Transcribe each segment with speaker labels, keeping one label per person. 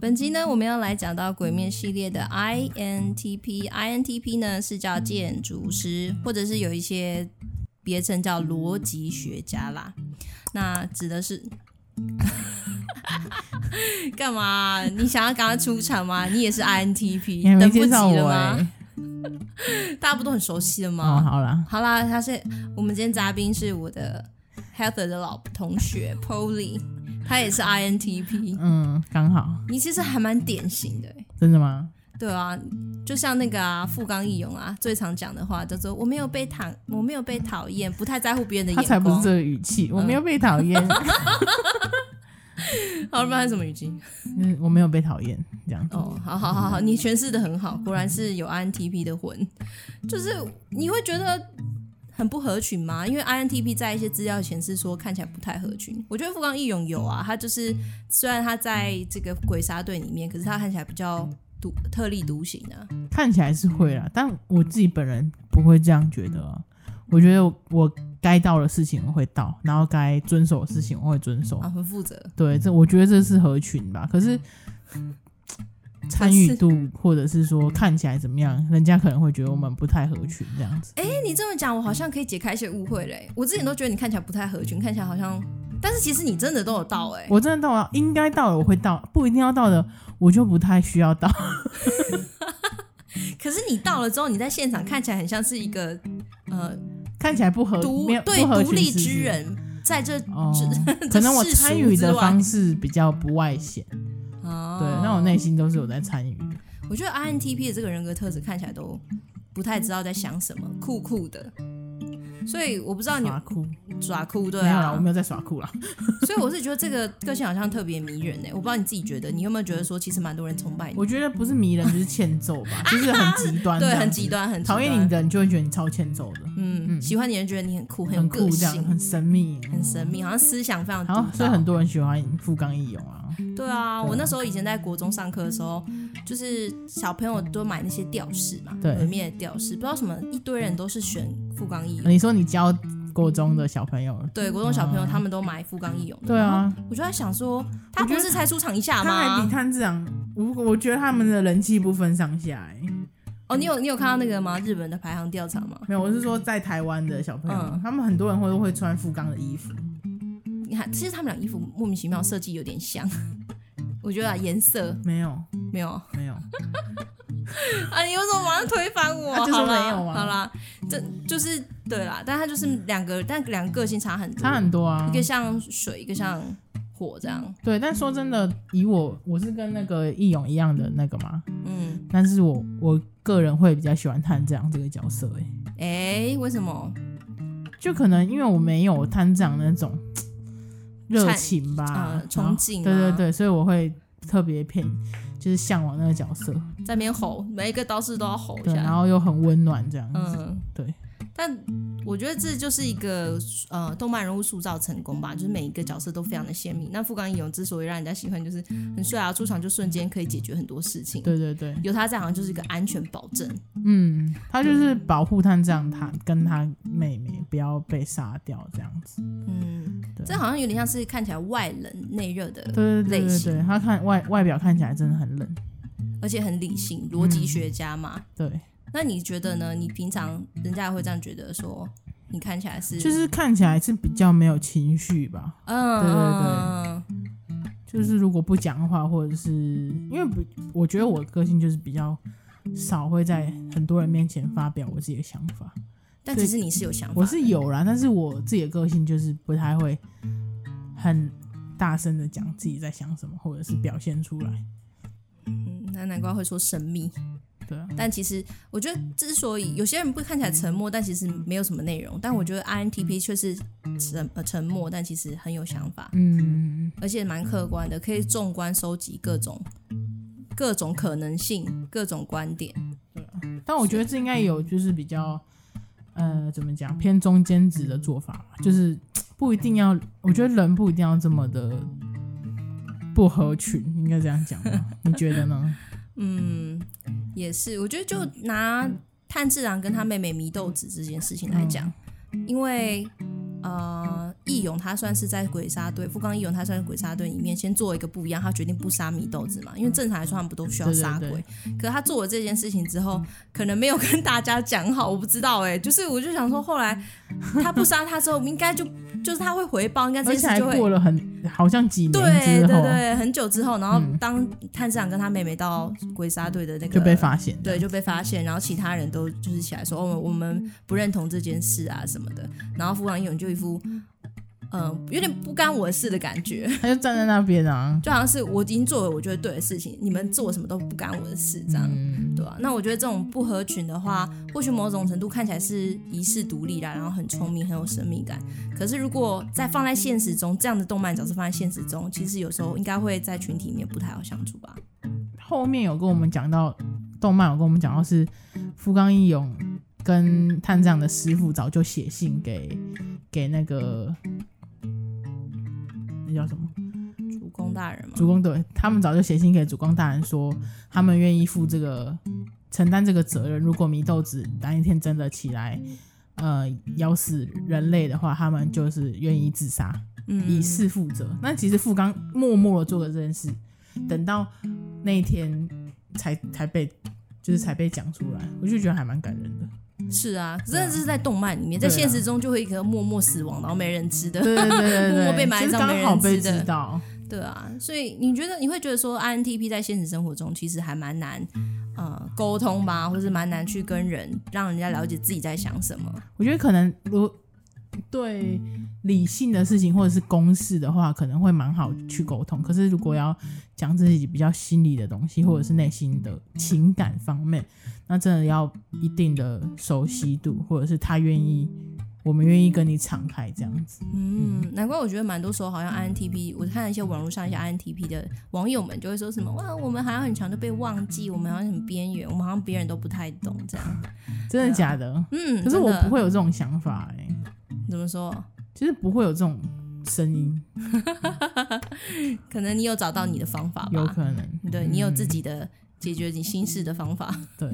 Speaker 1: 本集呢，我们要来讲到鬼面系列的 INTP。INTP 呢是叫建筑师，或者是有一些别称叫逻辑学家啦。那指的是 干嘛？你想要赶快出场吗？你也是
Speaker 2: 你还
Speaker 1: INTP，
Speaker 2: 没
Speaker 1: 等不
Speaker 2: 介
Speaker 1: 及
Speaker 2: 绍
Speaker 1: 了
Speaker 2: 我
Speaker 1: 吗？啊
Speaker 2: 哎、
Speaker 1: 大家不都很熟悉了吗
Speaker 2: 哦，？好啦，
Speaker 1: 好啦，他是我们今天嘉宾是我的 Heather 的老同学 Polly，他也是 INTP。
Speaker 2: 嗯，刚好，
Speaker 1: 你其实还蛮典型的欸、
Speaker 2: 真的吗？
Speaker 1: 对啊，就像那个啊，富冈义勇啊，最常讲的话叫做“我没有被讨，我没有被讨厌，不太在乎别人的
Speaker 2: 他才
Speaker 1: 眼
Speaker 2: 不
Speaker 1: 光嗯
Speaker 2: 是这”个语气，我没有被讨 厌，
Speaker 1: 好，不然是什么语境？
Speaker 2: 嗯，我没有被讨厌，这样子。
Speaker 1: 哦，好好好好，你诠释的很好，果然是有 INTP 的魂。就是你会觉得很不合群吗？因为 INTP 在一些资料显示说看起来不太合群。我觉得富冈义勇有啊，他就是虽然他在这个鬼杀队里面，可是他看起来比较独特立独行啊。
Speaker 2: 看起来是会
Speaker 1: 嗯
Speaker 2: 啦，但我自己本人不会这样觉得哦、我觉得我我该到的事情我会到，然后该遵守的事情我会遵守。
Speaker 1: 啊，很负责。
Speaker 2: 对，这我觉得这是合群吧。可是参与度或者是说看起来怎么样，人家可能会觉得我们不太合群这样子。
Speaker 1: 哎、你这么讲，我好
Speaker 2: 嗯
Speaker 1: 像可以解开一些误会嘞、我之前都觉得你看起来不太合群，看起来好像，但是其实你真的都有到哎、
Speaker 2: 我真的到了，应该到了我会到，不一定要到
Speaker 1: 嗯
Speaker 2: 的我就不太需要到。
Speaker 1: 可是你到了之后，你在现场看起来很像是一个呃
Speaker 2: 看起来不合
Speaker 1: 独
Speaker 2: 没有
Speaker 1: 对
Speaker 2: 不合
Speaker 1: 独
Speaker 2: 群
Speaker 1: 立
Speaker 2: 是不是
Speaker 1: 之人，在这
Speaker 2: 哦
Speaker 1: 这，
Speaker 2: 可能我
Speaker 1: 世俗
Speaker 2: 参与
Speaker 1: 之
Speaker 2: 的
Speaker 1: 外
Speaker 2: 方式比较不外显，
Speaker 1: 哦
Speaker 2: 对，那我内心都是有在参与的。
Speaker 1: 我觉得 INTP 的这个人格特质看起来都不太知道在想什么，酷酷的。所以我不知道你
Speaker 2: 耍酷，
Speaker 1: 耍酷对
Speaker 2: 没有啦，我
Speaker 1: 啊
Speaker 2: 没，有在耍酷啦。
Speaker 1: 所以我是觉得这个个性好像特别迷人哎、我不知道你自己觉得，你有没有觉得说其实蛮多人崇拜你？
Speaker 2: 我觉得不是迷人，就是欠揍吧， 就是很极端，
Speaker 1: 对，很极。端，很极
Speaker 2: 讨
Speaker 1: 端
Speaker 2: 厌你的人就会觉得你超欠揍的，
Speaker 1: 嗯，喜欢你的人觉得你很酷，有
Speaker 2: 很
Speaker 1: 个
Speaker 2: 酷这样，
Speaker 1: 性，
Speaker 2: 很神秘，
Speaker 1: 很神秘，好像思想非常独
Speaker 2: 然后所
Speaker 1: 到。
Speaker 2: 以很多人喜欢富冈义勇啊，
Speaker 1: 对啊，
Speaker 2: 对啊
Speaker 1: 我那时候以前在国中上课的时候，就是小朋友都买那些吊饰嘛，
Speaker 2: 对
Speaker 1: 门面的吊饰，不知道什么一堆人都是选富冈义勇。
Speaker 2: 你说你教国中的小朋友，
Speaker 1: 对，国中小朋友他们都买富冈义勇的。
Speaker 2: 对啊，
Speaker 1: 我就在想说，他
Speaker 2: 我觉
Speaker 1: 不
Speaker 2: 得
Speaker 1: 是才出场一下
Speaker 2: 他还比
Speaker 1: 吗？
Speaker 2: 炭治郎，如果我觉得他们的人气不分上下，哎，
Speaker 1: 哦，你有你有看到那个吗？日本的排行调查吗？
Speaker 2: 没有，我是说在台湾的小朋友，
Speaker 1: 嗯
Speaker 2: 他们很多人会会穿富冈的衣服，
Speaker 1: 你看，其实他们俩衣服莫名其妙设计有点像， 我觉得啊颜色
Speaker 2: 没有，
Speaker 1: 没有
Speaker 2: 没有，
Speaker 1: 嗯 啊，你为什么马上推翻我？
Speaker 2: 啊就是
Speaker 1: 好啦
Speaker 2: 没有啊
Speaker 1: 好啦，这就是对啦，但他就是两个，但两个个性差很多，
Speaker 2: 差很多啊
Speaker 1: 一。个像水，一个像火，这样。
Speaker 2: 对，但说真的，以我我是跟那个义勇一样的那个嘛，
Speaker 1: 嗯，
Speaker 2: 但是我我个人会比较喜欢炭治郎这个角色、欸，
Speaker 1: 哎、为什么？
Speaker 2: 就可能因为我没有炭治郎那种热
Speaker 1: 颤
Speaker 2: 情吧，
Speaker 1: 呃
Speaker 2: 然
Speaker 1: 憧
Speaker 2: 后
Speaker 1: 憬
Speaker 2: 对对
Speaker 1: 吗
Speaker 2: 对，所以我会特别偏就是向往那个角色，
Speaker 1: 在那边吼，每一个刀士都要吼一
Speaker 2: 对，
Speaker 1: 下。
Speaker 2: 然后又很温暖这样子，
Speaker 1: 嗯，
Speaker 2: 对。
Speaker 1: 但我觉得这就是一个呃，动漫人物塑造成功吧，就是每一个角色都非常的鲜明。那富冈义勇之所以让人家喜欢，就是很帅啊，出场就瞬间可以解决很多事情。
Speaker 2: 对对对，
Speaker 1: 有他在，好像就是一个安全保证。
Speaker 2: 嗯，他就是保护炭治郎，他跟他妹妹不要被杀掉这样子，
Speaker 1: 嗯，
Speaker 2: 对
Speaker 1: 这好像有点像是看起来外冷内热的，
Speaker 2: 对对
Speaker 1: 类
Speaker 2: 对对
Speaker 1: 型
Speaker 2: 对，他看外外表看起来真的很冷，
Speaker 1: 而且很理性，逻辑学家嘛。
Speaker 2: 对。
Speaker 1: 那你觉得呢？你平常人家会这样觉得说，你看起来是
Speaker 2: 就是看起来是比较没有情绪吧。
Speaker 1: 嗯，
Speaker 2: 对对
Speaker 1: 对
Speaker 2: 就是如果不讲话，或者是因为不，我觉得我个性就是比较少会在很多人面前发表我自己的想法。
Speaker 1: 嗯但其实你是有想法的，
Speaker 2: 我是有啦，但是我自己的个性就是不太会很大声的讲自己在想什么，或者是表现出来。
Speaker 1: 嗯，那难怪会说神秘。
Speaker 2: 对啊，
Speaker 1: 但其实我觉得，之所以有些人不看起来沉默，但其实没有什么内容。但我觉得 INTP 却是沉呃沉默，但其实很有想法，
Speaker 2: 嗯，
Speaker 1: 而且蛮客观的，可以纵观收集各种各种可能性、各种观点。
Speaker 2: 但我觉得这应该有就是比较呃怎么讲偏中间值的做法
Speaker 1: 嗯
Speaker 2: 吧，就是不一定要，我觉得人不一定要这么的不合群，应该这样讲 吧？你觉得呢？
Speaker 1: 嗯，也是，我觉得就拿
Speaker 2: 嗯
Speaker 1: 炭治郎跟他妹妹祢豆子这件事情来讲，因为呃，义勇他算是在鬼杀队，富冈义勇他算是鬼杀队里面先做一个不一样，他决定不杀米豆子嘛，因为正常来说他们不都需要杀鬼，
Speaker 2: 对对
Speaker 1: 可他做了这件事情之后，可能没有跟大家讲好，我不知道哎、就是我就想说，后来他不杀他之后，应该就就是他会回报，应该这
Speaker 2: 而
Speaker 1: 件
Speaker 2: 且
Speaker 1: 事
Speaker 2: 还
Speaker 1: 就会
Speaker 2: 过了很好像几年
Speaker 1: 对
Speaker 2: 之
Speaker 1: 对
Speaker 2: 后
Speaker 1: 对，很久之后，然后
Speaker 2: 嗯
Speaker 1: 当探长跟他妹妹到鬼杀队的那个
Speaker 2: 就被发现，
Speaker 1: 对，就被发现，然后其他人都就是起来说，哦，我们不认同这件事啊什么的。然后福冈义勇就一副，嗯、有点不干我的事的感觉，
Speaker 2: 他就站在那边啊，
Speaker 1: 就好像是我已经做了我觉得对的事情，你们做什么都不干我的事这样。
Speaker 2: 嗯，
Speaker 1: 对啊，那我觉得这种不合群的话，或许某种程度看起来是遗世独立啦，然后很聪明，很有神秘感。可是如果在放在现实中，这样的动漫角色放在现实中，其实有时候应该会在群体里面不太好相处吧？
Speaker 2: 后面有跟我们讲到动漫有跟我们讲到是富冈义勇跟探长的师傅早就写信给给那个那叫什么
Speaker 1: 主公大人嘛，
Speaker 2: 主公对，他们早就写信给主公大人说，他们愿意负这个承担这个责任。如果祢豆子哪一天真的起来，呃，咬死人类的话，他们就是愿意自杀，
Speaker 1: 嗯，
Speaker 2: 以示负责。那其实富冈默默的做了这件事，等到那一天才才被就是才被讲出来，我就觉得还蛮感人的。
Speaker 1: 是啊，真的是在动漫里面，在
Speaker 2: 对啊
Speaker 1: 现实中就会一个默默死亡，然后没人知的。
Speaker 2: 对对对对对，
Speaker 1: 默默被埋
Speaker 2: 就是
Speaker 1: 葬
Speaker 2: 刚
Speaker 1: 没人
Speaker 2: 好被
Speaker 1: 知的
Speaker 2: 知道。
Speaker 1: 对啊，所以你觉得你会觉得说 INTP 在现实生活中其实还蛮难呃沟通吧，或是蛮难去跟人让人家了解自己在想什么。
Speaker 2: 我觉得可能如对理性的事情或者是公事的话，可能会蛮好去沟通。可是如果要讲自己比较心理的东西，或者是内心的情感方面，那真的要一定的熟悉度，或者是他愿意，我们愿意跟你敞开这样子。
Speaker 1: 嗯，难怪我觉得蛮多时候好像 INTP，我看一些网络上一些 INTP 的网友们就会说什么哇，我们好像很常都被忘记，我们好像很边缘，我们好像别人都不太懂这样。
Speaker 2: 真
Speaker 1: 对
Speaker 2: 的
Speaker 1: 啊
Speaker 2: 假的？
Speaker 1: 嗯，
Speaker 2: 可是我
Speaker 1: 真的
Speaker 2: 不会有这种想法哎、
Speaker 1: 怎么说，
Speaker 2: 就是不会有这种声音，
Speaker 1: 可能你有找到你的方法
Speaker 2: 有
Speaker 1: 吧？
Speaker 2: 可能
Speaker 1: 对你有自己的解决你心事的方法。
Speaker 2: 对。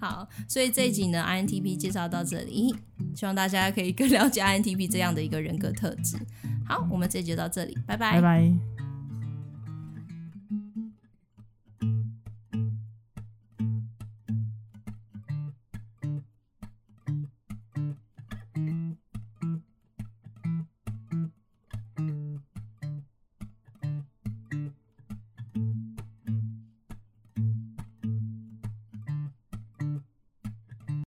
Speaker 1: 好，所以这一集呢，INTP 介绍到这里，希望大 家可以更了解 INTP 这样的一个人格特质。好，我们这一集就到这里，拜拜
Speaker 2: 拜。拜。